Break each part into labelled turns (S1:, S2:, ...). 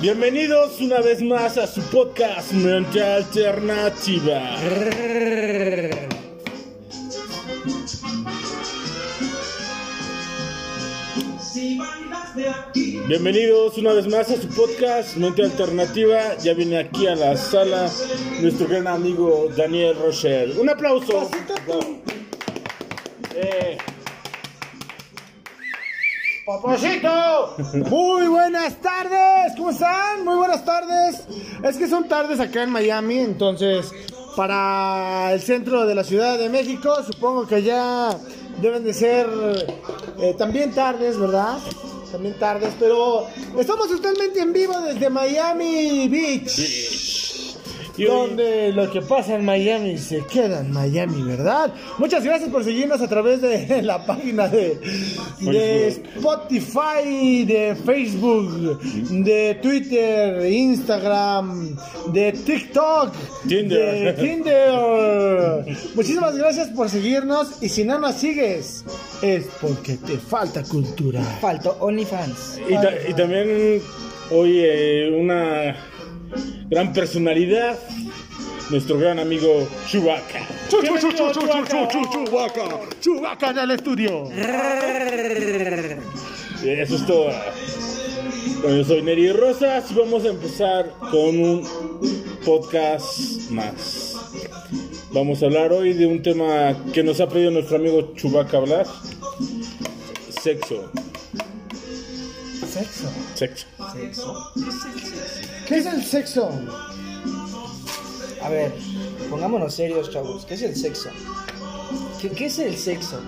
S1: Bienvenidos una vez más a su podcast Mente Alternativa. Bienvenidos una vez más a su podcast Mente Alternativa. Ya viene aquí a la sala nuestro gran amigo Daniel Rochelle. Un aplauso. Eh,
S2: ¡Paposito! Muy buenas tardes, ¿cómo están? Muy buenas tardes. Es que son tardes acá en Miami, entonces para el centro de la Ciudad de México supongo que ya deben de ser eh, también tardes, ¿verdad? También tardes, pero estamos totalmente en vivo desde Miami Beach.
S1: y hoy-
S2: Donde lo que pasa en Miami se queda en Miami, ¿verdad? Muchas gracias por seguirnos a través de la página de, de Spotify, de Facebook, de Twitter, Instagram, de TikTok,
S1: Tinder.
S2: de Tinder. Muchísimas gracias por seguirnos y si no nos sigues es porque te falta cultura.
S3: Faltó OnlyFans.
S1: Y, ta- y también hoy eh, una gran personalidad, nuestro gran amigo Chewbacca.
S2: Chubaca en el estudio.
S1: Eso es todo. Bueno, yo soy Neri Rosas y vamos a empezar con un podcast más. Vamos a hablar hoy de un tema que nos ha pedido nuestro amigo Chewbacca hablar. Sexo.
S2: Sexo.
S1: Sexo.
S2: ¿Qué es el sexo?
S3: A ver, pongámonos serios, chavos. ¿Qué es el sexo? ¿Qué, qué es el sexo?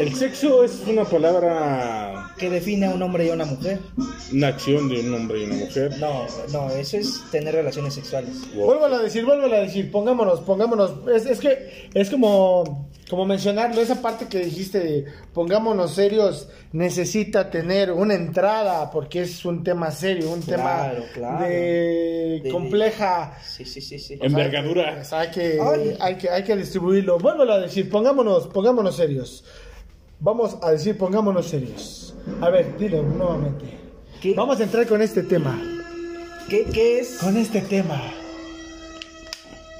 S1: El sexo es una palabra,
S3: ¿Qué define a un hombre y a una mujer?
S1: una acción de un hombre y una mujer.
S3: No, no, eso es tener relaciones sexuales.
S1: Wow.
S2: Vuélvalo a decir, vuélvalo a decir, pongámonos, pongámonos. Es, es que es como, como mencionarlo, esa parte que dijiste de pongámonos serios, necesita tener una entrada, porque es un tema serio, un
S3: Claro,
S2: tema
S3: claro.
S2: de
S3: De-
S2: compleja.
S3: Sí, sí, sí, sí.
S1: Em- Envergadura.
S2: O sea, hay que,
S3: Ay.
S2: hay que, hay que distribuirlo. Vuélvalo a decir, pongámonos, pongámonos serios. Vamos a decir, pongámonos serios. A ver, dilo nuevamente.
S3: ¿Qué?
S2: Vamos a entrar con este tema.
S3: ¿Qué, qué es?
S2: Con este tema.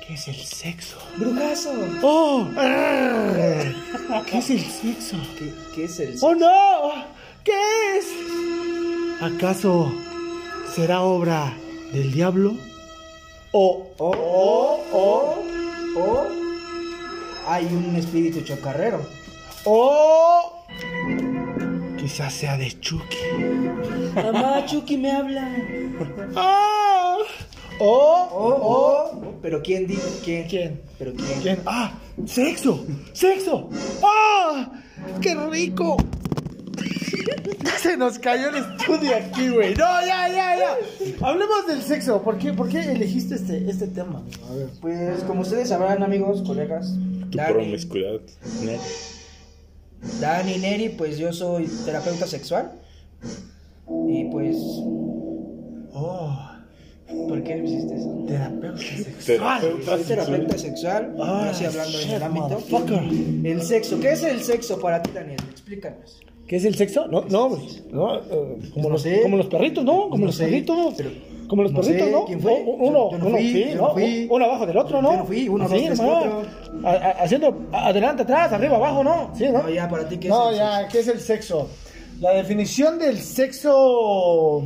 S2: ¿Qué es el sexo?
S3: ¡Brujazo!
S2: ¡Oh! ah, ¿Qué es el sexo?
S3: ¿Qué, qué es el sexo?
S2: ¡Oh no! ¿Qué es? ¿Acaso será obra del diablo? ¿O
S3: Oh, oh, oh, oh. Hay un espíritu chocarrero. Oh.
S2: o quizás sea de Chucky?
S3: Mamá, Chucky me habla.
S2: ¡Ah! ¡Oh!
S3: Oh, oh. Pero ¿quién dijo? ¿Quién?
S2: ¿Quién?
S3: ¿Pero quién?
S2: ¿Quién? ¡Ah! ¡Sexo! ¡Sexo! ¡Ah! ¡Qué rico! Se nos cayó el estudio aquí, güey. No, ya, ya, ya. Hablemos del sexo. ¿Por qué, por qué elegiste este, este tema? A ver.
S3: Pues como ustedes sabrán, amigos, colegas.
S1: Tu
S3: Dani-
S1: promiscuidad. ¿no?
S3: Dani Neri, pues yo soy terapeuta sexual. Y pues,
S2: Oh,
S3: ¿por qué me hiciste eso?
S2: terapeuta sexual.
S1: Terapeuta
S3: Soy terapeuta
S1: sexual.
S3: sexual,
S2: Ah,
S3: así hablando en
S2: shit,
S3: el ámbito.
S2: motherfucker.
S3: El sexo, ¿qué es el sexo para ti, Daniel? Explícanos.
S2: ¿Qué es el sexo? No, no, güey. no eh, como,
S3: No
S2: los,
S3: sé.
S2: como los perritos, ¿no? Como
S3: No
S2: los
S3: sé,
S2: perritos.
S3: pero-
S2: como los
S3: no sé,
S2: perritos, ¿no?
S3: ¿quién fue?
S2: O- o- Uno,
S3: Yo no
S2: uno,
S3: fui,
S2: sí,
S3: yo
S2: ¿no?
S3: no fui.
S2: Uno abajo del otro, ¿no?
S3: Yo no fui, uno,
S2: Así,
S3: dos, tres,
S2: hermano. A- a- haciendo a- adelante, atrás, arriba, abajo, ¿no? Sí, ¿no?
S3: No, ya, para ti, ¿qué es
S2: No,
S3: el
S2: ya, ¿qué es el sexo? La definición del sexo,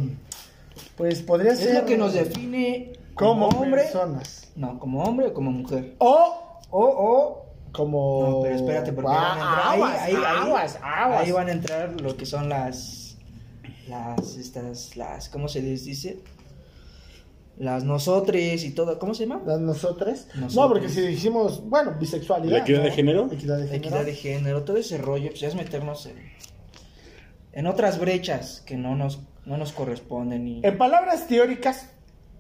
S2: pues podría
S3: sexo?
S2: ser...
S3: Es lo que nos define
S2: Como
S3: como, hombre.
S2: personas.
S3: No, como hombre o como mujer.
S2: O
S3: O, o.
S2: como...
S3: No, pero espérate, porque van
S2: Ah,
S3: a entrar-
S2: aguas,
S3: ahí, ahí, ahí-
S2: aguas, aguas.
S3: ahí van a entrar lo que son las. Las, estas, las, ¿cómo se les dice? Las nosotres y todo, ¿cómo se llama?
S2: ¿Las nosotras? No,
S3: Nosotras.
S2: porque si dijimos, bueno, bisexualidad.
S1: ¿La equidad
S2: ¿no?
S1: de género?
S2: Equidad de
S3: La
S2: género.
S3: equidad de género, todo ese rollo, pues ya es meternos en, en otras brechas que no nos, no nos corresponden. Y,
S2: En palabras teóricas,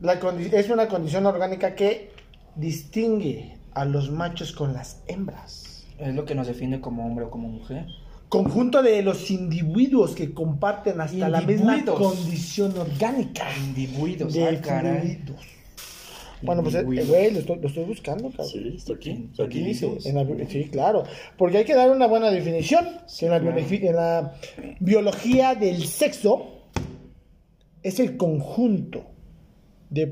S2: la condi- es una condición orgánica que distingue a los machos con las hembras.
S3: es lo que nos define como hombre o como mujer.
S2: Conjunto de los individuos que comparten hasta la misma
S3: Individuos.
S2: condición orgánica.
S3: Individuos,
S2: De
S3: ah, caray.
S2: fluidos. Bueno, pues, eh,
S3: Wii.
S2: güey, lo estoy, lo estoy buscando, cabrón.
S1: Sí, está aquí. Está aquí
S3: Aquí
S1: dice.
S3: dice.
S2: En la bi- sí, claro. Porque hay que dar una buena definición. que en, la
S3: claro.
S2: biologi- en la biología del sexo es el conjunto de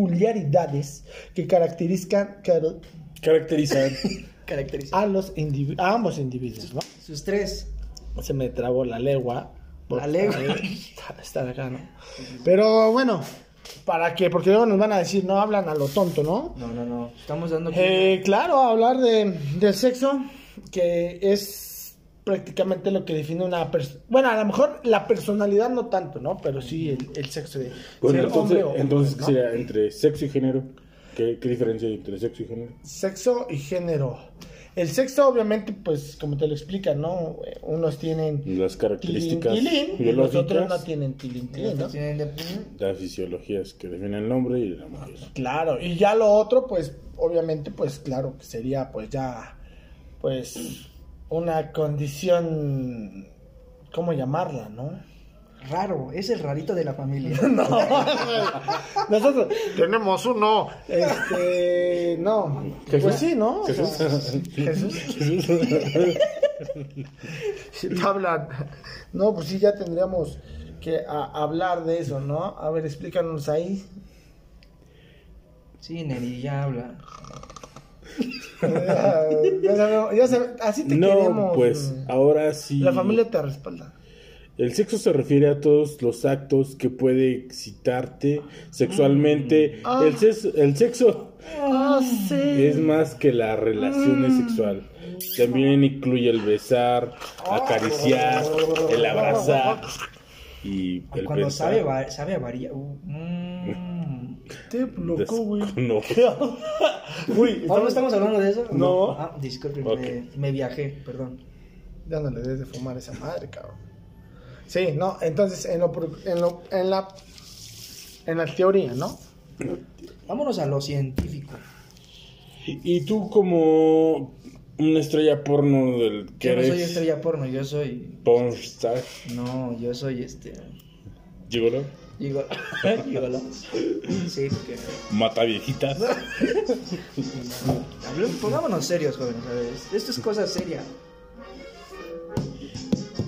S2: peculiaridades que caracterizan car-
S1: Caracterizar.
S3: Caracteriza.
S2: a, los indivi- a ambos individuos. ¿no?
S3: Sus tres.
S2: Se me trabó la legua.
S3: La legua.
S2: Está, está acá, ¿no? Pero bueno, ¿para qué? Porque luego nos van a decir, no hablan a lo tonto, ¿no?
S3: No, no, no. Estamos dando. aquí-
S2: Eh, claro, hablar de, del sexo, que es prácticamente lo que define una persona. Bueno, a lo mejor la personalidad no tanto, ¿no? Pero sí el, el sexo de
S1: Bueno,
S2: ser
S1: entonces,
S2: hombre o
S1: entonces ¿qué
S2: mujer, ¿no?
S1: sería entre sexo y género? ¿Qué, ¿Qué diferencia hay entre sexo y género?
S2: Sexo y género. El sexo, obviamente, pues como te lo explica, ¿no? Unos tienen
S1: Las
S2: tilín,
S1: características
S2: tilín, y los otros no
S1: biológicas,
S2: tienen tilín,
S3: Eh,
S2: tilín, ¿no?
S3: tienen de-
S1: las fisiologías que definen el hombre y la mujer.
S2: Claro, y ya lo otro, pues, obviamente, pues, claro, que sería, pues, ya, pues, una condición, ¿cómo llamarla, no?
S3: Raro. Es el rarito de la familia.
S2: No, nosotros tenemos uno, este, no, pues sí, ¿no? O sea, Jesús. Sí, te hablan. No, pues sí, ya tendríamos que a- hablar de eso, ¿no? A ver, explícanos ahí.
S3: Sí, Neri, ya habla.
S2: Ya sabemos- ya sabe- así te
S1: No,
S2: queremos.
S1: pues
S2: güey.
S1: ahora sí.
S2: eh, La familia te respalda.
S1: El sexo se refiere a todos los actos que puede excitarte sexualmente.
S2: Ah.
S1: El, sexo, el sexo
S2: Ah, sí.
S1: es más que la relación sexual. También incluye el besar, acariciar, el abrazar y el
S3: Cuando
S1: pensar.
S3: sabe, va- sabe a varía. uh, mm.
S2: Te bloqueó, güey.
S1: Desconozco.
S2: Uy,
S3: ¿Ah, ¿No estamos hablando de eso?
S2: No.
S3: Ah, disculpe,
S1: Ok.
S3: me, me viajé, perdón.
S2: Ya no le des de fumar a esa madre, cabrón. Sí, no, entonces en lo, pro- en lo- en la en la teoría, ¿no?
S3: Vámonos a lo científico.
S1: Y tú como una estrella porno del que
S3: Yo no soy
S1: eres
S3: estrella porno, yo soy.
S1: pornstar,
S3: No, yo soy este.
S1: gigolo,
S3: Digo. digo, no. Sí, porque.
S1: mata viejitas.
S3: Hablemos- Pongámonos serios, jóvenes. a ver, Esto es cosa seria.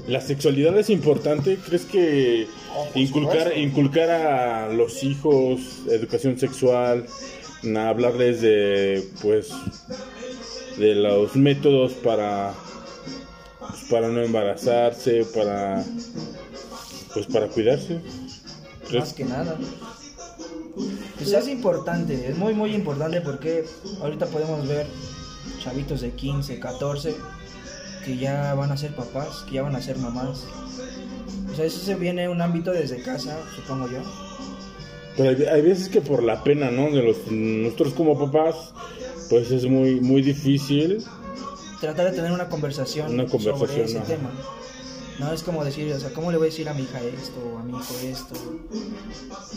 S1: ¿La sexualidad es importante? ¿Crees que
S3: Oh,
S1: inculcar, inculcar a los hijos educación sexual, a hablarles de, pues, de los métodos para, pues, para no embarazarse, para, pues, para cuidarse?
S3: Más
S1: ¿Crees?
S3: que nada. Pues es importante, es muy muy importante porque ahorita podemos ver chavitos de 15, 14 que ya van a ser papás, que ya van a ser mamás. O sea, eso se viene en un ámbito desde casa, supongo yo.
S1: Pero hay, hay veces que por la pena, ¿no? De los, nosotros como papás, pues es muy, muy difícil.
S3: Tratar de tener una conversación,
S1: Una
S3: sobre
S1: conversación,
S3: ese
S1: ajá.
S3: tema. No es como decir, o sea, ¿cómo le voy a decir a mi hija esto o a mi hijo esto?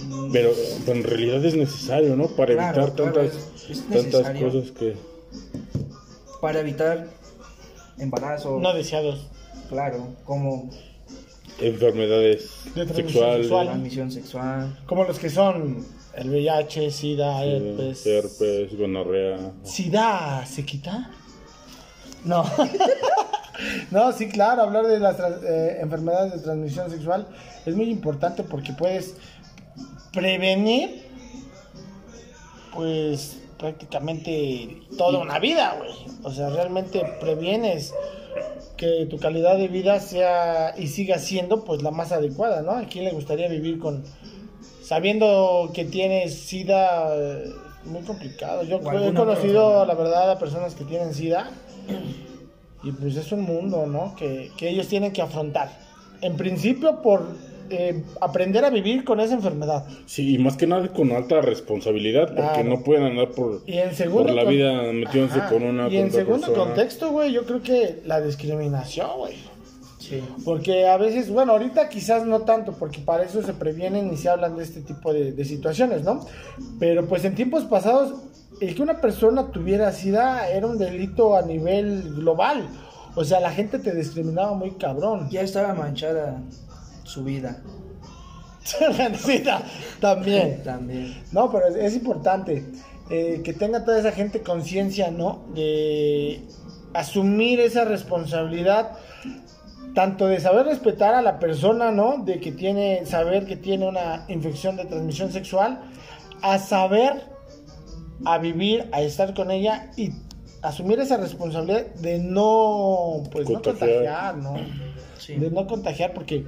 S3: Mm,
S1: Pero, pero en realidad es necesario, ¿no? Para
S3: Claro,
S1: evitar
S3: claro,
S1: tantas,
S3: es- es
S1: tantas
S3: necesario.
S1: cosas que...
S3: Para evitar embarazo,
S2: deseados.
S3: claro, como
S1: enfermedades
S2: De transmisión
S1: sexuales,
S2: sexual.
S3: transmisión sexual.
S2: Como los que son el VIH, SIDA,
S1: herpes,
S2: herpes.
S1: eh, herpes, gonorrea.
S2: ¿SIDA se quita? No. no, sí, claro, hablar de las trans- eh, enfermedades de transmisión sexual es muy importante porque puedes prevenir, pues, prácticamente toda una vida, güey. O sea, realmente previenes que tu calidad de vida sea y siga siendo, pues, la más adecuada, ¿no? ¿A quién le gustaría vivir con... Sabiendo que tienes SIDA, eh, muy complicado. Yo
S3: O
S2: he
S3: alguna
S2: conocido,
S3: otra.
S2: la verdad, a personas que tienen SIDA. Y pues es un mundo, ¿no? Que, que ellos tienen que afrontar. En principio por eh, aprender a vivir con esa enfermedad.
S1: Sí, y más que nada con alta responsabilidad, porque
S2: Claro.
S1: no pueden andar por,
S2: Y en segundo...
S1: por la
S2: con-
S1: vida metiéndose
S2: Ajá.
S1: con una
S2: Y
S1: con
S2: en
S1: otra
S2: segundo
S1: persona.
S2: contexto, güey, yo creo que la discriminación, güey.
S3: Sí.
S2: Porque a veces, bueno, ahorita quizás no tanto, porque para eso se previenen y se hablan de este tipo de, de situaciones, ¿no? Pero pues en tiempos pasados, el que una persona tuviera SIDA era un delito a nivel global. O sea, la gente te discriminaba muy cabrón.
S3: Ya estaba manchada su vida.
S2: La neta, también.
S3: También.
S2: No, pero es, es importante eh, que tenga toda esa gente conciencia, ¿no? De asumir esa responsabilidad, tanto de saber respetar a la persona, ¿no? De que tiene, saber que tiene una infección de transmisión sexual, a saber, a vivir, a estar con ella y asumir esa responsabilidad de no, pues, no
S1: Contagiar.
S2: contagiar, ¿no?
S3: Sí.
S2: De no contagiar, porque,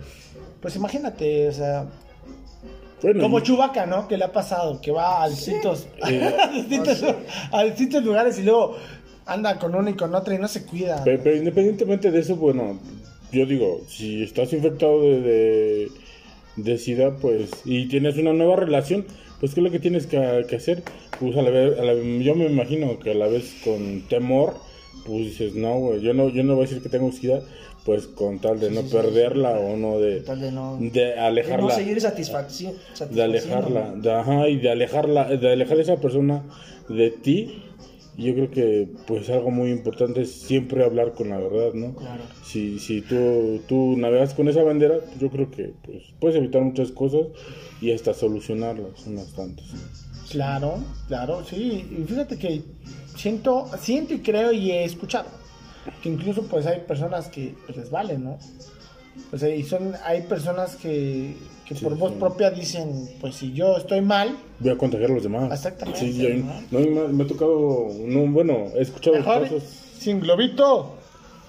S2: pues imagínate, o sea,
S1: Bueno,
S2: como
S1: y-
S2: Chubaca, ¿no? Que le ha pasado, que va a distintos,
S1: Eh,
S2: a distintos- a distintos lugares y luego anda con una y con otra y no se cuida.
S1: Pe- Pero independientemente de eso, bueno, yo digo, si estás infectado de, de, de SIDA, pues, y tienes una nueva relación, pues, ¿qué es lo que tienes que, que hacer? Pues, a la vez, a la- yo me imagino que a la vez con temor, pues dices, no, güey, yo no, yo no voy a decir que tengo SIDA, pues, con tal de
S3: Sí,
S1: no
S3: sí, sí,
S1: perderla o no de,
S3: Tal de no, de
S1: de alejarla
S3: no seguir satisfacción.
S1: de alejarla, de, ajá, y de alejarla, de alejar a esa persona de ti, yo creo que pues algo muy importante es siempre hablar con la verdad, ¿no?
S3: Claro.
S1: Si, si tú, tú navegas con esa bandera, yo creo que pues, puedes evitar muchas cosas y hasta solucionarlas unas tantas.
S2: Claro, claro, sí. Y fíjate que siento, siento y creo y he escuchado que incluso pues hay personas que pues, les valen, ¿no? O sea, y son, hay personas que, que
S1: Sí,
S2: por voz
S1: sí.
S2: propia dicen, pues si yo estoy mal,
S1: Voy a contagiar a los demás.
S2: Exactamente,
S1: Sí, yo-
S2: ¿no?
S1: no, me, me ha tocado, no, bueno, he escuchado
S2: mejor
S1: cosas.
S2: sin globito,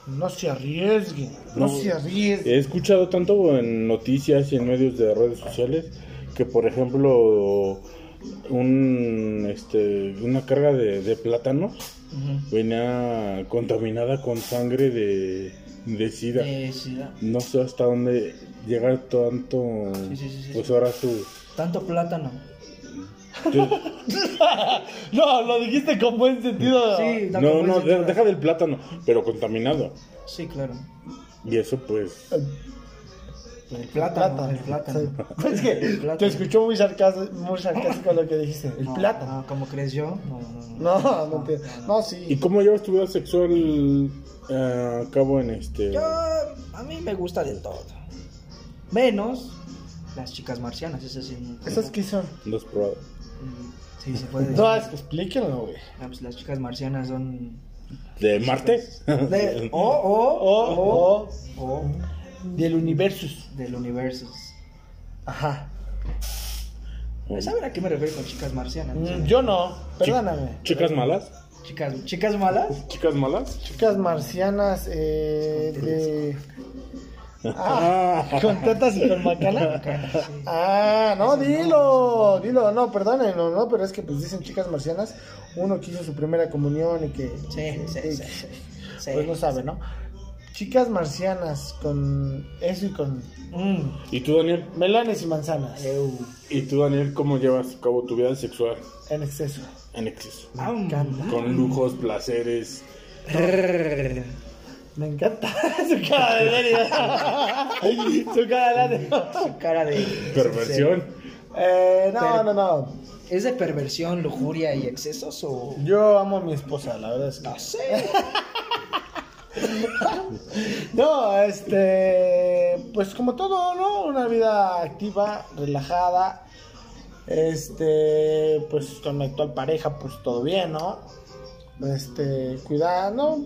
S2: no se arriesgue, no,
S1: No. Eh.
S2: se arriesgue.
S1: He escuchado tanto en noticias y en medios de redes sociales que, por ejemplo, un, este, una carga de, de plátanos
S3: Ujú.
S1: venía contaminada con sangre de, de sida.
S3: De sida.
S1: No sé hasta dónde llega tanto,
S3: Sí, sí, sí, sí,
S1: pues
S3: sí.
S1: ahora su...
S3: Tanto plátano.
S2: No, lo dijiste con buen sentido.
S3: Sí, tanto
S1: No,
S3: buen
S1: no, de-
S3: sentido.
S1: deja del plátano, pero contaminado.
S3: Sí, claro.
S1: Y eso pues...
S3: El
S2: Plátano,
S3: plátano. El plátano.
S2: Sí. Es que
S3: El plátano.
S2: te escuchó muy sarcástico, muy sarcástico lo que dijiste. El
S3: No,
S2: plátano.
S3: no, como crees yo. No, no, no.
S2: No, no, te- no,
S1: ¿Y
S2: sí.
S1: cómo llevas tu vida sexual eh, a cabo en este...?
S3: Yo, a mí me gusta del todo. Menos las chicas marcianas, esas sí. no-
S2: ¿Esas qué son?
S1: No has probado.
S3: Mm, Sí, se puede decir.
S2: No, es que explíquenlo, güey.
S3: Ah, pues las chicas marcianas son. pues,
S1: ¿De Marte?
S3: De, o,
S1: oh.
S3: o,
S2: O,
S3: o, o
S2: del universo.
S3: del universo.
S2: Ajá.
S3: Pues, ¿Saben a qué me refiero con chicas marcianas?
S2: Mm, Yo no, perdóname.
S1: ¿Chicas malas?
S3: Chicas, chicas malas.
S1: ¿Chicas malas?
S2: Chicas marcianas, eh, de. Ah, con tetas y con macana.
S3: Sí.
S2: Ah, no, dilo, dilo, no, perdónenlo, no, pero es que pues dicen chicas marcianas, uno que hizo su primera comunión y que
S3: Sí, sí,
S2: y
S3: sí,
S2: que,
S3: sí, sí.
S2: pues no sabe, ¿no? Chicas marcianas con eso y con
S3: Mm,
S1: ¿Y tú, Daniel?
S2: melones y manzanas
S3: eu.
S1: ¿Y tú, Daniel, cómo llevas a cabo tu vida sexual
S2: en exceso.
S1: en exceso?
S3: Am.
S1: Con lujos, placeres.
S3: Rrrr.
S2: Me encanta su cara de Delia. su cara de Delia.
S3: Su cara de
S1: Perversión.
S2: Eh, no,
S3: Pero-
S2: no, no.
S3: ¿Es de perversión, lujuria y excesos o.?
S2: Yo amo a mi esposa, la verdad es que.
S3: No sé.
S2: No, este, pues como todo, ¿no? Una vida activa, relajada. Este, pues con mi actual pareja, pues todo bien, ¿no? Este, cuidando.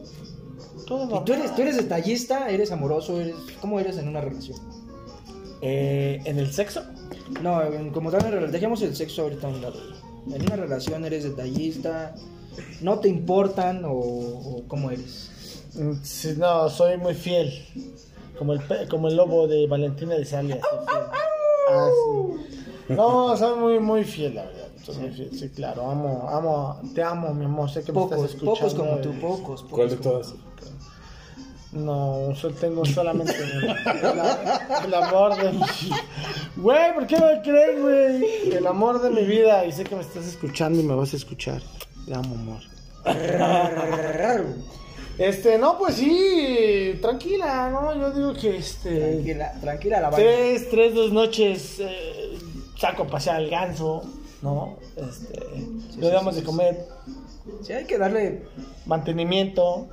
S2: Todo
S3: ¿Y tú eres, tú eres detallista? ¿Eres amoroso? Eres... ¿Cómo eres en una relación?
S2: Eh, en el sexo.
S3: No, en- como tal, en realidad, dejemos el sexo ahorita a un lado. En una relación eres detallista, no te importan o, o cómo eres.
S2: Mm, sí, no, soy muy fiel. Como el, pe- como el lobo de Valentina de Salia. soy fiel. Ah, sí. No, soy muy, muy fiel, la verdad. Soy muy fiel, sí, claro. Amo, amo, te amo, mi amor. Sé que me estás
S3: Pocos,
S2: escuchando.
S3: pocos como tú, pocos. pocos
S1: ¿Cuál de
S3: como
S1: todas?
S3: tú.
S2: No, yo tengo solamente el, el amor de mi... Güey, ¿por qué me crees, güey? El amor de mi vida. Y sé que me estás escuchando y me vas a escuchar. Te amo, amor. Este, no, pues sí, tranquila, ¿no? Yo digo que este...
S3: Tranquila, tranquila la vaina.
S2: Tres, tres, dos noches eh, saco a pasear al ganso, ¿no? Este,
S3: Sí,
S2: le
S3: sí,
S2: damos
S3: sí,
S2: de
S3: sí.
S2: comer
S3: Sí, hay que darle
S2: Mantenimiento.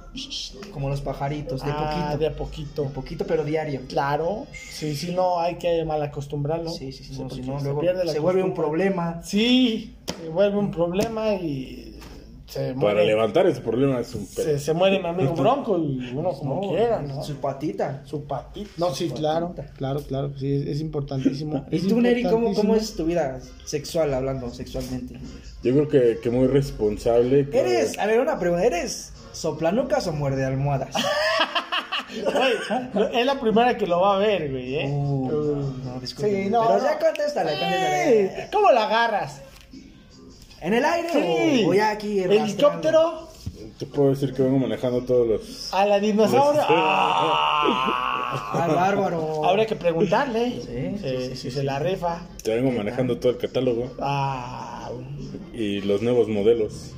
S3: como los pajaritos, de
S2: Ah,
S3: poquito.
S2: De a poquito.
S3: De poquito, pero diario.
S2: Claro. Sí, sí, no, hay que malacostumbrarlo.
S3: Sí, sí, sí. no,
S2: porque
S3: si no,
S2: se
S3: luego
S2: pierde la
S3: se vuelve un
S2: costumbre.
S3: problema.
S2: Sí, se vuelve un problema y se
S1: Para
S2: muere.
S1: levantar ese problema es un
S2: se,
S1: pedo.
S2: se muere mi amigo Bronco y uno como
S3: No,
S2: quiera, ¿no?
S3: Su patita.
S2: Su patita. No, sí,
S3: patita.
S2: claro, claro, claro. Sí, es, es importantísimo.
S3: ¿Y
S2: es
S3: tú, Neri, ¿cómo,
S2: importantísimo.
S3: cómo es tu vida sexual, hablando sexualmente?
S1: Yo creo que, que muy responsable. que-
S3: ¿Eres, a ver, una pregunta, ¿eres soplanucas o muerde almohadas?
S2: Güey, lo- es la primera que lo va a ver, güey, ¿eh?
S3: Uh, no, disculpe.
S2: Sí, no,
S3: Pero
S2: no.
S3: ya contéstale,
S2: Sí,
S3: contéstale.
S2: ¿Cómo la agarras?
S3: ¿En el aire
S2: Sí.
S3: o, o ya aquí? arrastrando?
S2: Helicóptero
S1: Te puedo decir que vengo manejando todos los.
S2: a la dinosaurio.
S1: Pues-
S2: Ah.
S3: Al bárbaro.
S2: Habría que preguntarle
S3: Sí, sí,
S2: eh,
S3: sí,
S2: si
S3: sí,
S2: se
S3: sí.
S2: la rifa.
S1: Te vengo manejando todo el catálogo
S2: Ah,
S1: y los nuevos modelos.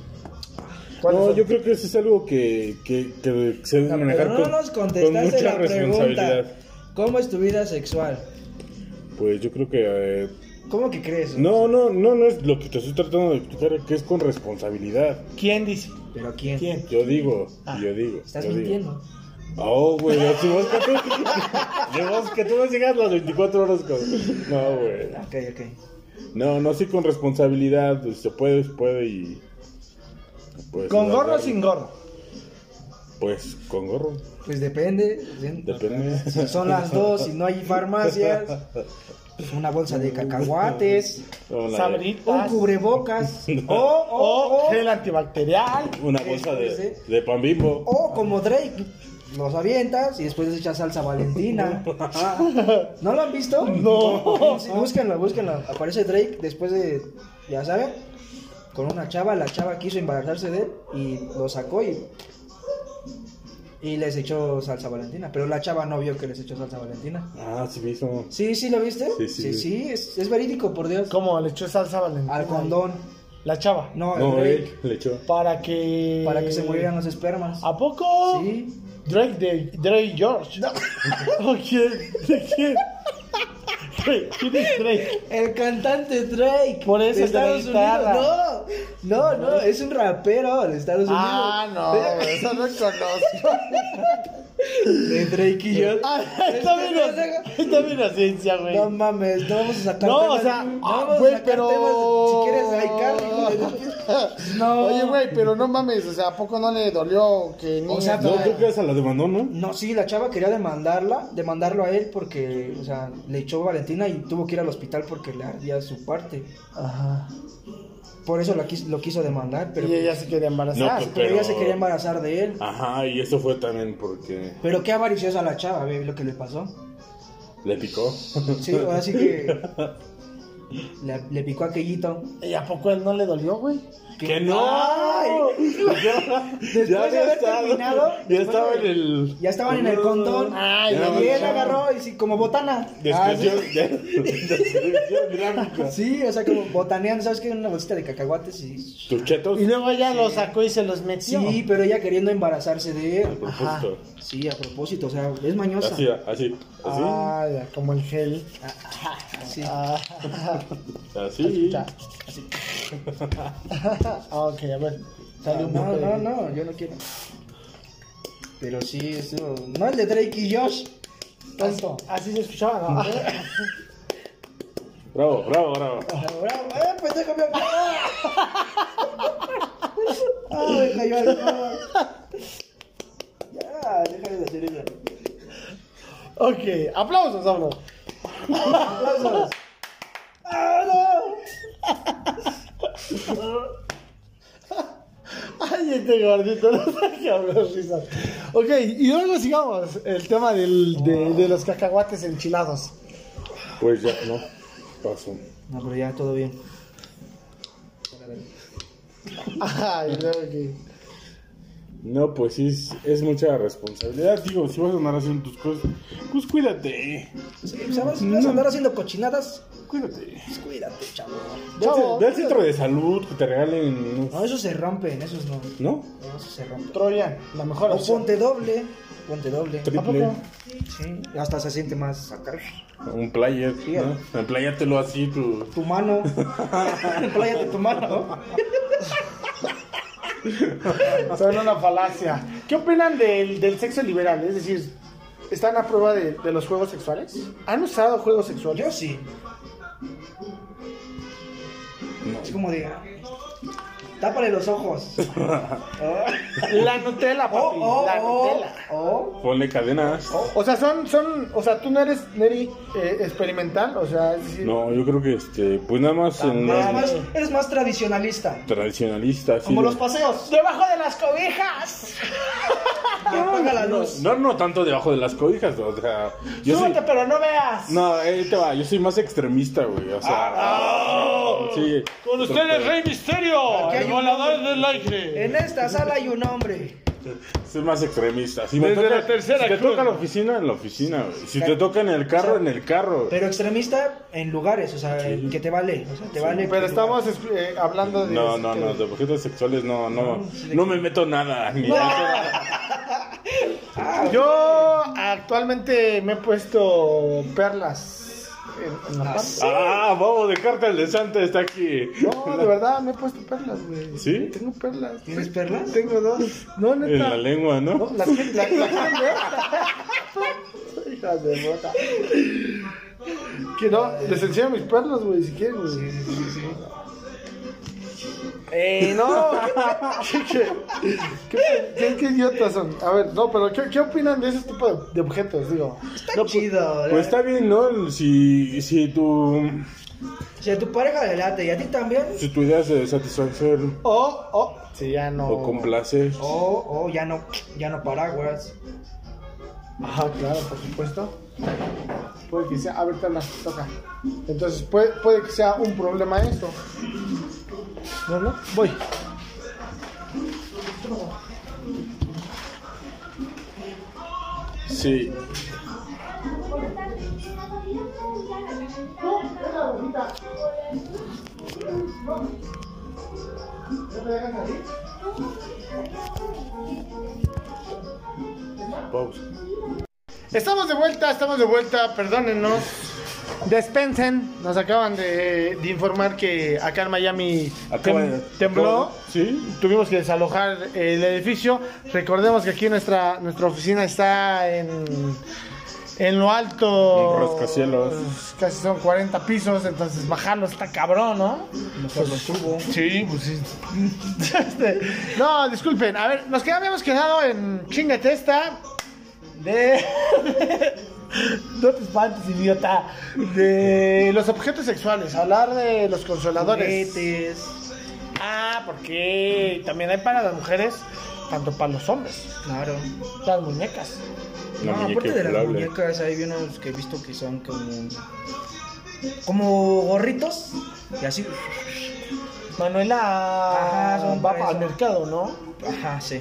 S2: ¿cuáles
S1: No,
S2: son?
S1: yo creo que eso es algo que, que, que se debe
S3: Pero
S1: manejar
S3: no
S1: con,
S3: nos
S1: con
S3: contestaste
S1: mucha
S3: la
S1: responsabilidad.
S3: pregunta. ¿Cómo es tu vida sexual?
S1: Pues yo creo que... eh,
S3: ¿Cómo que crees?
S1: no, no, no, no es lo que te estoy tratando de explicar, que es con responsabilidad.
S2: ¿Quién dice?
S3: ¿Pero quién?
S2: ¿Quién?
S1: Yo digo,
S2: Ah,
S1: yo digo.
S3: Estás
S1: yo digo.
S3: mintiendo.
S1: Oh, güey, si vos que tú... si vos que tú no llegas las 24 horas con... No, güey.
S3: Ok, ok.
S1: No, no, sí con responsabilidad. pues, Se puede, se puede y... Pues,
S2: ¿Con
S1: la
S2: gorro o
S1: verdad,
S2: sin gorro?
S1: Pues con gorro.
S3: Pues depende.
S1: Depende.
S3: Si son las dos y no hay farmacias, pues una bolsa de cacahuates,
S1: No, la-
S3: un
S2: Sabritas.
S3: cubrebocas, o, o,
S2: O
S3: o,
S2: gel antibacterial.
S1: Una bolsa de, de pan bimbo.
S3: o como Drake, los avientas y después les echas salsa valentina. ¿No lo han visto?
S2: No.
S3: Sí, búsquenlo, búsquenlo. Aparece Drake después de, ya saben, con una chava, la chava quiso embarazarse de él y lo sacó y... Y les echó salsa valentina, pero la chava no vio que les echó salsa valentina.
S1: Ah, sí mismo.
S3: Sí, sí, ¿lo viste?
S1: Sí, sí,
S3: sí,
S1: sí.
S3: es, es verídico, por Dios.
S2: ¿Cómo? ¿Le echó salsa valentina?
S3: Al condón.
S2: La chava.
S3: No, al
S1: No,
S3: Drake.
S1: él le echó.
S2: Para que.
S3: Para que se murieran los espermas.
S2: ¿A poco?
S3: Sí.
S2: Drake de Drake George. ¿O quién? ¿De quién? Güey, ¿Quién es Drake?
S3: El cantante Drake.
S2: Por eso
S3: de
S2: es de la
S3: Estados
S2: guitarra.
S3: Unidos. No, no, no, es un rapero de Estados Unidos.
S2: Ah, eso no conozco.
S3: De Drake y yo. Este
S2: Ah, está bien, así- está bien la ciencia, güey.
S3: No mames, no vamos a sacar
S2: No,
S3: temas-
S2: o sea,
S3: no
S2: ah,
S3: vamos a
S2: güey,
S3: sacar
S2: pero.
S3: temas. Si quieres bailar, No.
S2: Oye, güey, pero no mames, o sea, ¿a poco no le dolió que ni.
S3: O sea,
S1: No, creo que esa la demandó, ¿no?
S3: No, sí, la chava quería demandarla, demandarlo a él porque, o sea, le echó Valentina y tuvo que ir al hospital porque le ardía su parte.
S2: Ajá.
S3: Por eso la quis- lo quiso demandar, pero,
S2: Y ella se quería
S1: No,
S2: embarazar.
S1: pues,
S3: pero ella se
S1: pero-
S3: quería embarazar de él.
S1: Ajá, y eso fue también porque
S3: Pero qué avariciosa la chava, ve lo que le pasó.
S1: le picó.
S3: Sí, ahora sí que le, le picó aquellito.
S2: ¿Y a poco él no le dolió, güey?
S1: ¡Que no!
S3: ¡Ay!
S1: ya
S3: Después
S1: ya
S3: de
S1: había
S3: haber
S1: estado-
S3: terminado,
S1: Ya
S3: después
S1: estaba
S3: de-
S1: en el.
S3: Ya estaban en el condón.
S2: Ay,
S1: Ya no
S3: y él
S1: mancharon.
S3: agarró y sí, como botana. Ah, sí.
S1: Descripción, ya- descripción gráfica.
S3: Ah, Sí, o sea, como botaneando, ¿sabes qué? Una bolsita de cacahuates y...
S1: Tus chetos.
S2: Y luego ella lo sacó y se los metió.
S3: Sí, pero ella queriendo embarazarse de
S1: A
S3: él.
S1: propósito.
S3: Sí, a propósito, o sea, es mañosa.
S1: Así, así, así.
S2: Ah, ya, como el gel.
S3: Sí.
S2: Ah,
S1: Así.
S2: ya, así. Ah, ok, a ver. Sale un poco
S3: Ah, no,
S2: de-
S3: no, no, yo no quiero. Pero sí, eso... No el de Drake y Josh.
S2: Tonto. Así se escuchaba, ¿no?
S1: Bravo, bravo, bravo.
S3: Bravo, ¡Eh, pendejo, me ¡Ah! ¡Ah, me cayó al mar! Ya, déjale de hacer eso.
S2: ok, aplausos, hablo.
S3: ¡Aplausos! ¡Ah, no!
S2: Ay, este gordito, no sé qué hablar, risas. Ok, y luego sigamos el tema del, de, de los cacahuates enchilados.
S1: Pues ya, no. Pasó.
S3: No, pero ya, todo bien.
S2: Ay, luego que.
S1: No, pues sí, es, es mucha responsabilidad. Digo, si vas a andar haciendo tus cosas, pues cuídate.
S3: Sí, ¿sabes? ¿Vas a andar haciendo cochinadas?
S1: Cuídate.
S3: Pues cuídate, chavo.
S1: Ve al
S2: Chavo.
S1: ce- Ve al centro de salud que te regalen. un-
S3: No, esos se rompen, esos no.
S1: ¿No?
S3: No, esos se rompen.
S2: Troyan, la mejor
S3: O
S2: opción.
S3: ponte doble. Ponte doble.
S2: ¿A
S1: Triple.
S2: poco?
S3: Sí, hasta se siente más acá.
S1: Un player.
S3: Sí,
S1: ¿no? Empláyatelo así, tu.
S3: Tu mano. Pláyate tu mano.
S2: Son una falacia. ¿Qué opinan del, del sexo liberal? Es decir, ¿están a prueba de, de los juegos sexuales? ¿Han usado juegos sexuales?
S3: Yo sí. Así como diga. Tápale los ojos.
S2: La Nutella, papi.
S3: Oh, oh,
S2: la
S3: oh.
S2: Nutella.
S1: Ponle cadenas.
S2: O sea, son, son, o sea, tú no eres Neri eh, experimental, o sea, es decir,
S1: No, yo creo que este, pues nada más en
S3: Eres
S1: los
S3: más, eres más tradicionalista.
S1: tradicionalistas. sí.
S3: Como los paseos.
S2: debajo de las cobijas.
S3: Y apaga la luz.
S1: No, no tanto debajo de las cobijas, o sea, yo soy-
S3: Súbete, pero no veas.
S1: No, ahí te va, yo soy más extremista, güey, o sea. sí.
S4: Con ustedes, Rey Misterio,
S3: Aquí hay
S4: el
S3: un
S4: volador
S3: hombre.
S4: del aire.
S3: En esta sala hay un hombre.
S1: Soy más extremista. Si
S4: Desde la tercera
S1: si te
S4: cruz.
S1: toca la oficina, en la oficina, güey. Si te toca en el carro, en el carro.
S3: Pero extremista en lugares, o sea, que te vale. O sea, te vale.
S2: Pero
S3: que-
S2: estamos expli- eh, hablando de...
S1: No, no, no, de objetos sexuales no, no, no me meto nada. Ni
S3: Ah,
S2: Yo actualmente me he puesto perlas en, en la
S3: Ah, sí.
S2: panza.
S1: Ah, vamos, de cartel de Santa está aquí.
S2: No, de verdad, me he puesto perlas, güey.
S1: ¿Sí?
S2: Tengo perlas.
S3: ¿Tienes perlas?
S2: Tengo dos. No, neta.
S1: En la lengua, ¿no?
S2: No, ¿Las quieren la, la quieren ver? Hijas de bota. Que no, les enseño mis perlas, güey, si quieren, güey. Eh, no, ¿qué, qué, qué- qué- qué idiotas son. A ver, no, pero ¿qué, qué opinan de ese tipo de, de objetos? Digo,
S3: Está chido.
S1: Pues está bien, ¿no? Si, si tu,
S3: Si a tu pareja le late y a ti también.
S1: si tu idea es de satisfacer
S2: o, o, si ya no.
S1: o complacer.
S3: Oh, oh, ya no, ya no paraguas.
S2: Ajá, claro, por supuesto. Puede que sea, a ver, perlas, toca. Entonces, puede, puede que sea un problema eso. No, no, voy.
S1: Sí. Pausa.
S2: Estamos de vuelta, estamos de vuelta, perdónennos. Despensen, nos acaban de, de informar que acá en Miami
S1: Acaba
S2: tem-
S1: de-
S2: tembló.
S1: Sí.
S2: Tuvimos que desalojar eh, el edificio. Recordemos que aquí nuestra, nuestra oficina está en, en lo alto.
S1: Un rascacielos.
S2: Casi son 40 pisos, entonces bajarlo está cabrón, ¿no?
S3: Mejor lo subo.
S2: Sí, pues sí. Este, no, disculpen. A ver, nos quedamos, habíamos quedado en chingate esta de... No te espantes, idiota. De los objetos sexuales. Hablar de los consoladores.
S3: Juguetes.
S2: Ah, porque también hay para las mujeres, tanto para los hombres.
S3: Claro.
S2: Las muñecas.
S1: La
S3: no,
S1: muñeca
S3: Ah, aparte de las
S1: inflable.
S3: muñecas, hay unos que he visto que son como. como gorritos. Y así.
S2: Manuela
S3: Ajá, Ah, son
S2: va
S3: para
S2: al
S3: eso.
S2: mercado, ¿no?
S3: Ajá, sí.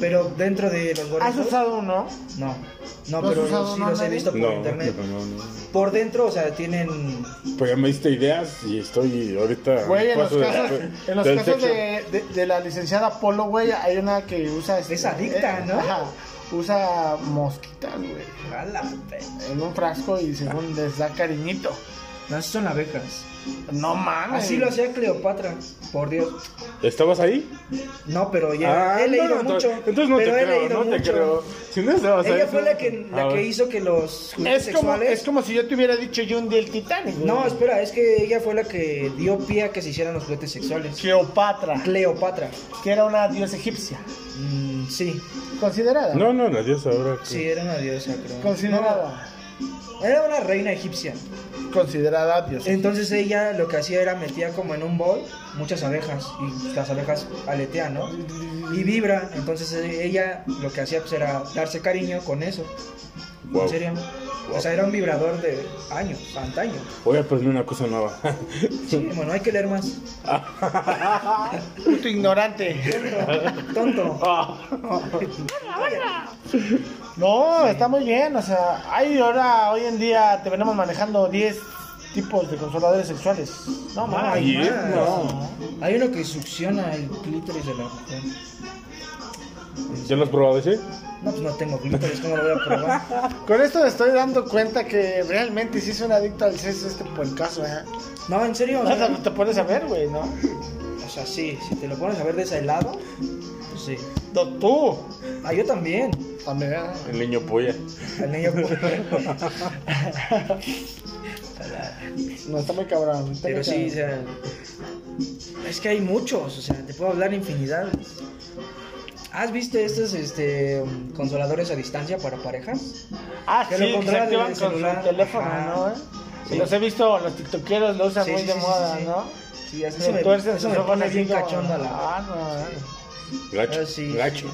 S3: Pero dentro de los
S2: ¿Has
S3: gorritos.
S2: usado uno?
S3: No. No,
S2: ¿No has
S3: pero
S2: usado
S3: sí
S2: nada,
S3: los he
S2: Dani?
S3: visto por
S1: No,
S3: internet.
S1: no, no, no.
S3: Por dentro, o sea, tienen.
S1: Pues ya me diste ideas y estoy ahorita.
S2: Güey, en los
S1: paso de-
S2: casos, en
S1: Pues,
S2: los
S1: eh, del
S2: casos
S1: sexo.
S2: de, de- de la licenciada Polo, güey, hay una que usa... este,
S3: Es adicta, ¿no?
S2: ajá, usa mosquitas, güey,
S3: ala, pe-
S2: en un frasco y según les da cariñito.
S3: No, esas son abejas.
S2: No mames.
S3: Así lo hacía Cleopatra. Por Dios.
S1: ¿Estabas ahí?
S3: No, pero ya.
S1: Ah,
S3: he leído
S1: no,
S3: mucho.
S1: Entonces no
S3: pero
S1: te
S3: he
S1: creo,
S3: leído
S1: no te
S3: mucho.
S1: creo. Si no estabas ahí.
S3: Ella fue
S1: no-
S3: la que, la
S1: Ah,
S3: que
S1: bueno.
S3: hizo que los juguetes
S2: Es como,
S3: sexuales.
S2: es como si yo te hubiera dicho yo un día el Titanic, güey.
S3: No, espera, es que ella fue la que dio pie a que se hicieran los juguetes sexuales.
S2: Cleopatra,
S3: Cleopatra.
S2: que era una diosa egipcia.
S3: Mm, sí,
S2: Considerada.
S1: No, no, la diosa ahora.
S3: sí, era una diosa, creo.
S2: Considerada.
S3: No, era una reina egipcia.
S2: Considerada diosa.
S3: Entonces ella lo que hacía era metía como en un bol muchas abejas y las abejas aletean, ¿no? Y vibran. Entonces eh, ella lo que hacía pues era darse cariño con eso.
S1: Guau.
S3: En serio. O sea, era un vibrador de años, antaño.
S1: Voy a aprender una cosa nueva.
S3: Sí, bueno, hay que leer más.
S2: Puto ignorante.
S3: Tonto.
S2: No, está muy bien. O sea, hay ahora, hoy en día, te venimos manejando 10 tipos de consoladores sexuales. No mames.
S1: Ay,
S3: Hay
S1: eh,
S3: más.
S1: no.
S3: Hay uno que succiona el clítoris de la mujer.
S1: ¿Ya lo has probado ese?
S3: No, pues no tengo clítoris, ¿cómo lo voy a probar?
S2: Con esto me estoy dando cuenta que realmente sí es un adicto al sexo este por el caso, ¿eh?
S3: No, en serio. o
S2: O sea,
S3: sea,
S2: no te pones a ver, güey, ¿no?
S3: O sea, sí, si te lo pones a ver de ese lado, pues sí.
S2: Tú, tú.
S3: Ah, yo también.
S2: También. ah.
S1: El niño polla.
S3: Al niño
S2: No, está muy cabrón. está
S3: Pero
S2: muy
S3: sí, o
S2: cabrón.
S3: sea. Es que hay muchos, o sea, te puedo hablar infinidad. ¿Has visto estos este, consoladores a distancia para parejas?
S2: Ah,
S3: que
S2: sí,
S3: lo
S2: que se
S3: controlan
S2: activan
S3: desde
S2: con
S3: el
S2: su
S3: celular.
S2: teléfono,
S3: Ajá.
S2: ¿no? eh?
S3: Sí.
S2: Los he visto, los tiktokeros lo usan
S3: Sí,
S2: muy
S3: sí,
S2: de
S3: sí, sí,
S2: moda,
S3: sí.
S2: ¿no?
S3: Sí, eso,
S2: Se
S3: me,
S2: tuercen
S3: eso
S2: sus
S3: me
S2: ojos
S3: pone
S2: así
S3: bien
S2: como-
S3: cachonda la...
S2: Ah, no, eh.
S1: Gacho.
S3: Ah, sí.
S1: Gacho.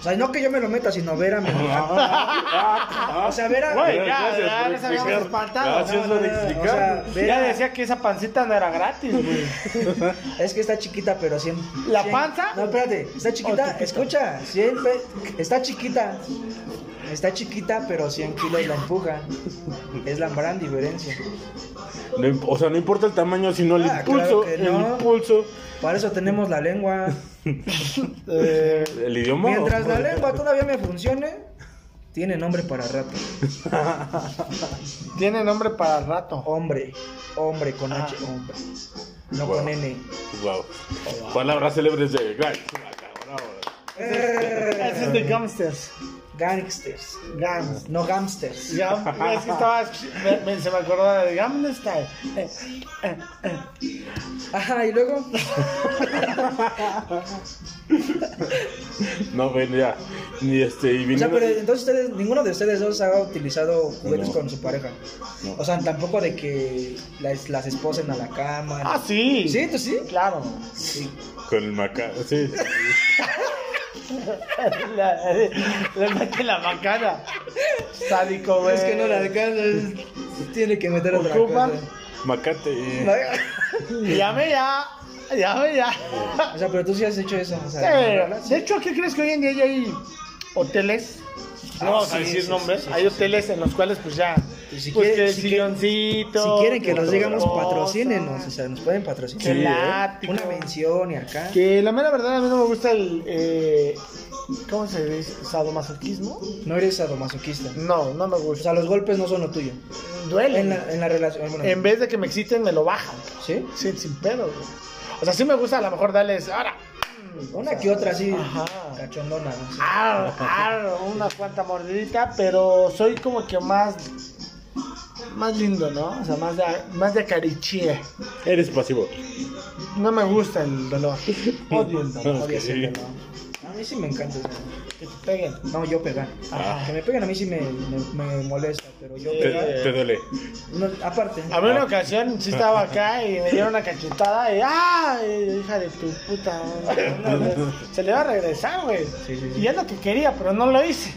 S3: O sea, no que yo me lo meta, sino ver a mi Ah, O sea, ver a...
S2: Güey,
S1: Gracias
S2: ya,
S1: por
S2: ya nos habíamos
S1: explicar.
S2: espantado.
S1: Gracias
S3: No,
S1: por
S3: no, no,
S1: explicar.
S3: o sea, ver
S2: Ya
S3: a-
S2: decía que esa pancita no era gratis, güey.
S3: Es que está chiquita, pero siempre.
S2: ¿La
S3: siempre-
S2: panza?
S3: No, espérate. Está chiquita, escucha. Siempre. Está chiquita. Está chiquita, pero 100 kilos la empuja. Es la gran diferencia.
S1: No imp- o sea, no importa el tamaño, sino el
S3: Ah,
S1: impulso.
S3: claro que no.
S1: El impulso.
S3: Para eso tenemos la lengua.
S2: Eh,
S1: El idioma.
S3: Mientras la lengua todavía me funcione, tiene nombre para rato.
S2: tiene nombre para rato.
S3: Hombre. Hombre con H.
S2: Ah.
S3: Hombre. No
S1: Wow.
S3: con N.
S1: Wow. Palabras célebres de Gacho. Bravo.
S2: Ese es de Gamsters.
S3: Gangsters.
S2: Gams.
S3: No gamsters.
S2: Gam, es que estaba. me- me- se me acordaba de Eh, Gamsters.
S3: Ajá, y luego.
S1: No, ven, ya. Ni este. Y
S3: O sea,
S1: viniendo-
S3: pero entonces ustedes, ninguno de ustedes dos ha utilizado juguetes
S1: No.
S3: con su pareja.
S1: No.
S3: O sea, tampoco de que las, las esposen a la cama.
S2: Ah, sí.
S3: ¿Sí? ¿Tú sí?
S2: Claro.
S3: Sí.
S1: Con el maca. Sí.
S2: La- Le mete la macana. Sádico, güey.
S3: Es que no la de casa, es- tiene que meter otra
S2: Ocupa.
S3: cosa.
S1: Macate. eh.
S2: Llame ya. Llame ya.
S3: O sea, pero tú sí has hecho eso. O sea,
S2: Sí, De hecho, ¿qué crees que hoy en día ya hay hoteles? No
S3: Ah,
S2: vamos a
S3: sí,
S2: decir
S3: sí,
S2: nombres.
S3: sí, sí,
S2: hay
S3: sí,
S2: hoteles en los cuales, pues ya.
S3: Y si
S2: pues
S3: quieren-
S2: que el
S3: si quieren-
S2: silloncito.
S3: si quieren que nos
S1: otra
S3: digamos,
S2: cosa.
S3: patrocínenos. O sea, nos pueden
S2: Que
S3: patrocinar.
S1: Sí,
S2: el
S1: ¿eh?
S2: ático.
S3: Una mención y acá.
S2: Que la mera verdad a mí no me gusta el. eh, ¿Cómo se dice? ¿Sadomasoquismo?
S3: No eres sadomasoquista.
S2: No, no me
S3: O
S2: gusta.
S3: sea, los golpes no son lo tuyo.
S2: Duele.
S3: En la, en la relación. bueno,
S2: En vez de que me exciten, me lo bajan.
S3: ¿Sí?
S2: Sin, sin pedo, güey. O sea, sí me gusta a lo mejor darles. Ahora.
S3: Una que otra, sí.
S2: Ajá. Ah,
S3: Cachondona. ¿no?
S2: Ar, ar, una cuanta mordidita, pero soy como que más más lindo, ¿no? O sea, más de, más de acarichie.
S1: Eres pasivo.
S2: No me gusta el dolor. Odio el dolor.
S1: Ok.
S3: Odio ese reloj. A mí sí me encanta ese reloj.
S2: Que te peguen.
S3: No, yo pegar.
S1: Ah.
S3: Que me peguen a mí sí me, me- me molesta, pero yo
S1: Te,
S3: pegar.
S1: te duele.
S3: no, aparte.
S2: A mí una ocasión sí estaba acá y me dieron una cachetada y ¡ah! Hija de tu puta. madre! No, no, Se le va a regresar, güey.
S3: Sí, sí, sí.
S2: Y es lo que quería, pero no lo hice.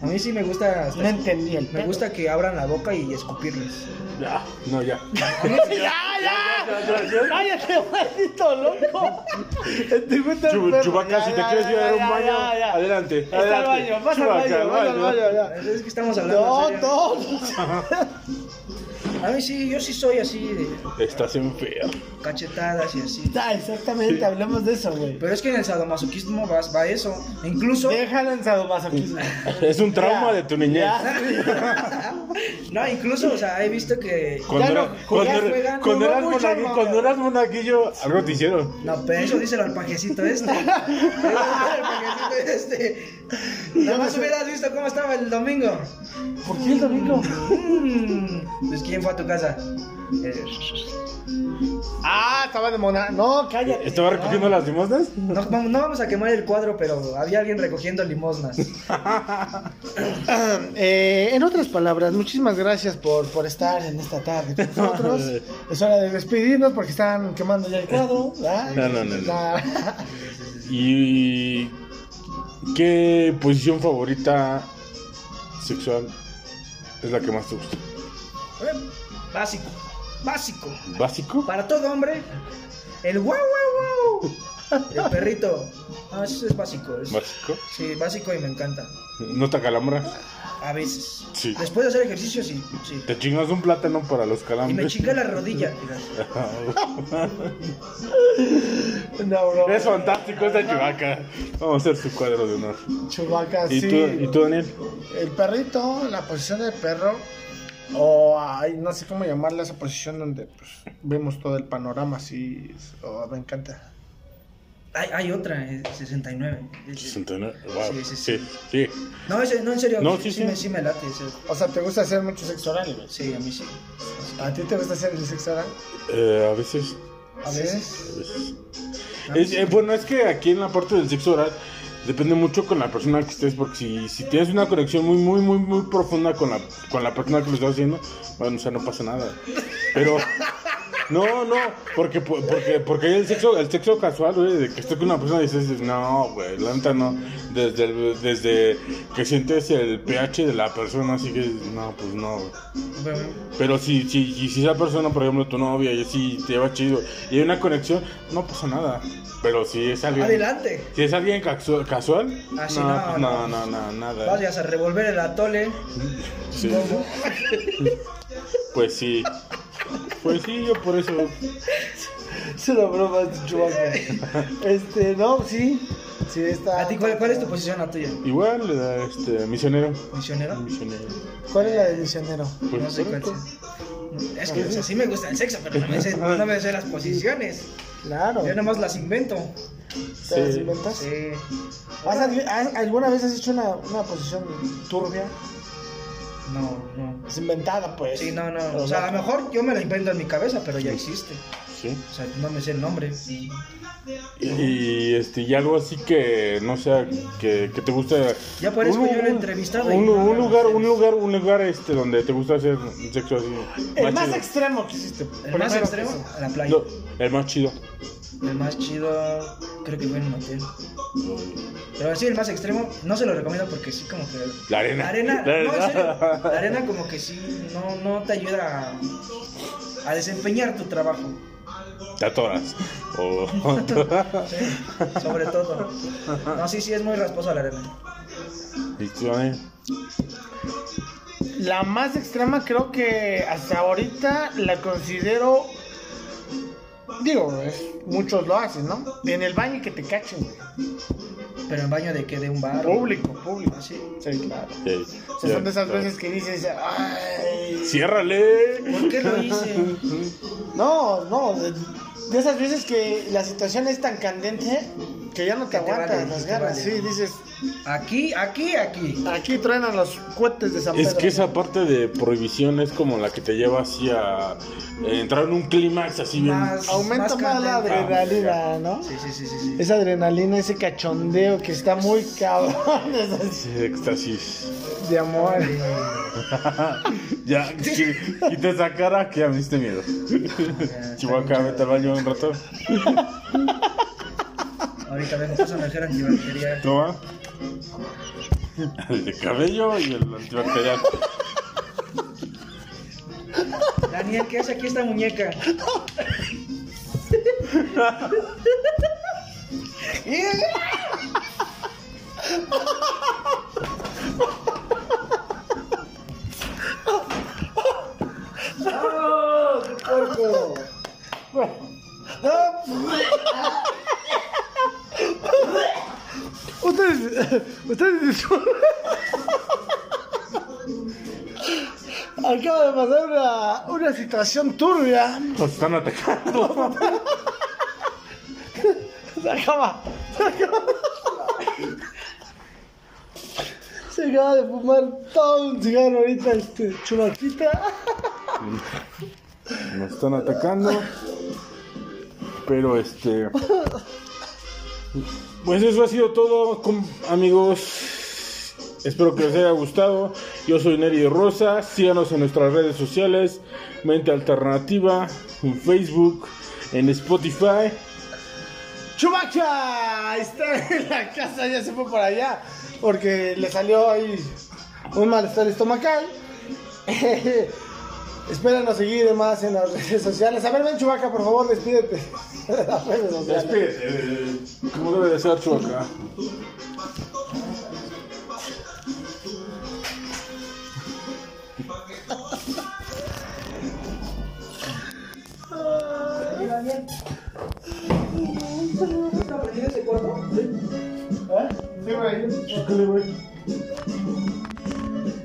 S3: A mí sí me gusta. hasta
S2: No
S3: escu-
S2: entendí el
S3: me
S2: pedo.
S3: gusta que abran la boca y escupirles.
S1: Ya. No, ya.
S2: ¡Ya, ya! ¡Cállate, maldito loco! Estoy muy
S1: Chu-
S2: enfermo.
S1: Chubaca,
S2: Ya,
S1: si te
S2: ya,
S1: quieres
S2: ya,
S1: llevar a
S2: ya,
S1: un baño,
S2: ya, ya.
S1: adelante.
S2: Pasa al
S1: adelante.
S2: baño, pasa al
S1: Chubaca,
S2: baño, pasa al baño, ya.
S3: Es que estamos hablando.
S2: No,
S3: serio.
S2: no.
S3: A mí sí, yo sí soy así de
S1: Estás enfermo.
S3: cachetadas y así.
S2: Ah, exactamente, hablemos de eso, güey.
S3: Pero es que en el sadomasoquismo va, va eso. E Incluso.
S2: Déjalo en sadomasoquismo.
S1: Es un trauma de tu niñez.
S3: No, incluso, o sea, he visto que.
S1: Cuando,
S2: Ya
S1: era-
S2: no
S1: cuando,
S3: juegas,
S1: era-
S3: juegan,
S1: cuando
S3: jugó
S1: eras
S3: mucho,
S1: monaguillo,
S3: no.
S1: cuando eras monaguillo, algo te hicieron.
S3: No, pero eso dice el alpajecito este. Eso dice el alpajecito este. Nada más hubieras visto cómo estaba el domingo.
S2: ¿Por qué el domingo?
S3: Mm, Pues quién fue a tu casa. Eh,
S2: Ah, estaba de mona. No, cállate.
S1: ¿Estaba recogiendo las limosnas?
S3: No, vamos- no vamos a quemar el cuadro, pero había alguien recogiendo limosnas.
S2: Eh, en otras palabras, muchísimas gracias por, por estar en esta tarde con nosotros. es hora de despedirnos porque están quemando ya el cuadro. ¿verdad?
S1: No, no, no, no.
S2: Está-
S1: ¿Y qué posición favorita sexual es la que más te gusta?
S3: Eh, Básico, básico.
S1: ¿Básico?
S3: Para todo hombre, el wow, wow, wow. El perrito. No, eso es básico. es-
S1: ¿Básico?
S3: sí, básico y me encanta.
S1: ¿Nota calamora?
S3: A veces.
S1: Sí.
S3: Después de hacer ejercicio, sí. sí.
S1: Te chingas un plátano para los
S3: Y me
S1: calambres.
S3: chinga la rodilla. fíjate.
S2: No, bro.
S1: es fantástico esta chivaca. Vamos a hacer su cuadro de honor.
S2: Chubaca,
S1: ¿Y
S2: sí.
S1: tú, ¿Y tú, Daniel?
S2: El perrito, la posición del perro, o ay, no sé cómo llamarle a esa posición donde pues, vemos todo el panorama así. es- oh, me encanta.
S3: Hay, hay otra, eh, 69.
S1: 69. Wow.
S3: Sí, sí,
S1: sí.
S3: sí.
S1: sí.
S3: No, ese- no, en serio,
S1: No, sí,
S3: sí, sí,
S1: sí.
S3: Me, sí me late. ese-
S2: O sea, ¿te gusta hacer mucho sexo oral, güey?
S3: Sí, a mí sí.
S2: ¿A ti te gusta hacer el sexo oral?
S1: Eh, a veces.
S2: A veces.
S1: a veces. Es- eh, bueno, es que aquí en la parte del sexo oral depende mucho con la persona que estés, porque si, si tienes una conexión muy, muy, muy, muy profunda con la, con la persona que lo estás haciendo, bueno, o sea, no pasa nada. Pero... No, no, porque porque porque el sexo el sexo casual, güey, de que estés con una persona y dices, no, güey, la neta no, desde el- desde que sientes el pH de la persona, así que no, pues no. güey. Pero si si y si esa persona, por ejemplo, tu novia y así te va chido y hay una conexión, no pasa nada. Pero si es alguien
S3: Adelante.
S1: si es alguien casu- casual,
S3: Ah, sí,
S1: no,
S3: no,
S1: pues, no,
S3: no.
S1: no, no, nada.
S3: Vayas a revolver el atole.
S1: Sí,
S3: ¿Cómo?
S1: pues sí. Pues sí, yo por eso
S2: Es una broma, este chubaco. Este, no, sí. Sí, está.
S3: ¿A ti cuál, cuál es tu posición, la tuya?
S1: igual eh, este misionero,
S3: ¿Misionero?
S1: misionero.
S2: ¿Cuál es la de misionero?
S1: Pues,
S3: No sé
S1: por
S3: cuál
S1: eso.
S3: sea. Es que o sea, sí me gusta el sexo, pero no me sé, no me sé las posiciones.
S2: Claro.
S3: Yo nada más las invento.
S2: ¿Te las
S1: Sí.
S2: inventas?
S3: Sí.
S2: ¿Has advi- has- ¿Alguna vez has hecho una, una posición turbia?
S3: No, no.
S2: Es inventada, pues.
S3: Sí, no, no.
S2: Pero
S3: O sea, a
S2: no.
S3: lo mejor yo me la invento en mi cabeza, pero ya existe.
S1: Sí.
S3: O sea, no me sé el nombre.
S1: Y, y, este y algo así que no sea que, que te gusta
S3: Ya parezco
S1: Un-
S3: yo el
S1: un-
S3: entrevistado y
S1: Un,
S3: no,
S1: un
S3: no
S1: lugar,
S3: sé.
S1: un lugar, un lugar este donde te gusta hacer un sexo así.
S2: El más
S1: chido.
S2: extremo que hiciste.
S3: El
S2: primero
S3: más
S2: que
S3: extremo,
S2: hiciste.
S3: a la playa.
S1: No, el más chido.
S3: El más chido, creo que fue en un hotel. Pero sí, el más extremo, no se lo recomiendo porque sí, como que.
S1: La arena.
S3: La arena,
S1: La
S3: no, en
S1: arena.
S3: serio, La arena, como que sí, no, no te ayuda a, a desempeñar tu trabajo.
S1: Te atoras. O-
S3: Sí, sobre todo. No, sí, sí, es muy rasposa la arena.
S1: ¿Y tú, Dani?
S2: La más extrema creo que hasta ahorita la considero. Digo, eh, muchos lo hacen, ¿no? En el baño y que te cachen, güey.
S3: Pero en baño de que de un bar.
S2: Público, público.
S3: Así.
S2: Sí, claro.
S1: Sí.
S2: O sea, son de esas veces que dices, ay.
S1: Ciérrale.
S3: ¿Por qué lo hice?
S2: No, no. De, de esas veces que la situación es tan candente que ya no te
S3: Que te
S2: aguantas
S3: vale,
S2: las
S3: que te
S2: ganas.
S3: vale.
S2: Sí, dices,
S3: Aquí, aquí, aquí.
S2: aquí truenan los cohetes de San
S1: Es
S2: Pedro.
S1: que esa parte de prohibición es como la que te lleva hacia entrar en un clímax así bien.
S3: Más-
S2: Aumenta más la
S3: candente.
S2: adrenalina, ¿no?
S3: Sí, sí, sí, sí. sí.
S2: Esa adrenalina, ese cachondeo que está muy cabrón es así,
S1: Éxtasis.
S2: de amor.
S1: Ah, Ya, que- quita esa cara que ya me diste miedo. Chihuahua, vete al baño un rato.
S3: Ahorita vemos esa mujer antibacterial.
S1: Toma. El de cabello y el antibacterial.
S3: Daniel, ¿qué hace aquí esta muñeca?
S2: Ustedes, ustedes disculpen. Acaba de pasar una, una situación turbia.
S1: Nos están atacando.
S2: Se acaba, se acaba. Se acaba de fumar todo un cigarro ahorita, este chubaquita.
S1: Nos están atacando. Pero este. Pues eso ha sido todo, com- amigos. Espero que les haya gustado. Yo soy Neri Rosa. Síganos en nuestras redes sociales: Mente Alternativa, en Facebook, en Spotify.
S2: ¡Chubaca! Está en la casa, ya se fue por allá. Porque le salió ahí un malestar estomacal. Espéranos seguir más en las redes sociales. A ver, ven, Chubaca, por favor, despídete de las redes sociales.
S1: ¿Cómo debe de ser Chuaca?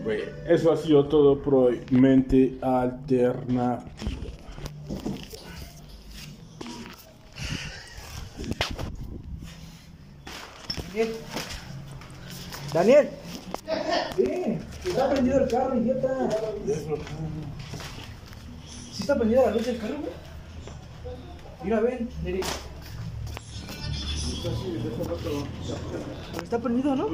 S1: Güey, Eso ha sido todo por hoy. Mente alternativa.
S3: ¿Qué? Daniel. Sí, está prendido el carro, idiota. ¿Sí está prendida la luz del carro, güey? Mira, ven, Neri. Está prendido, ¿no?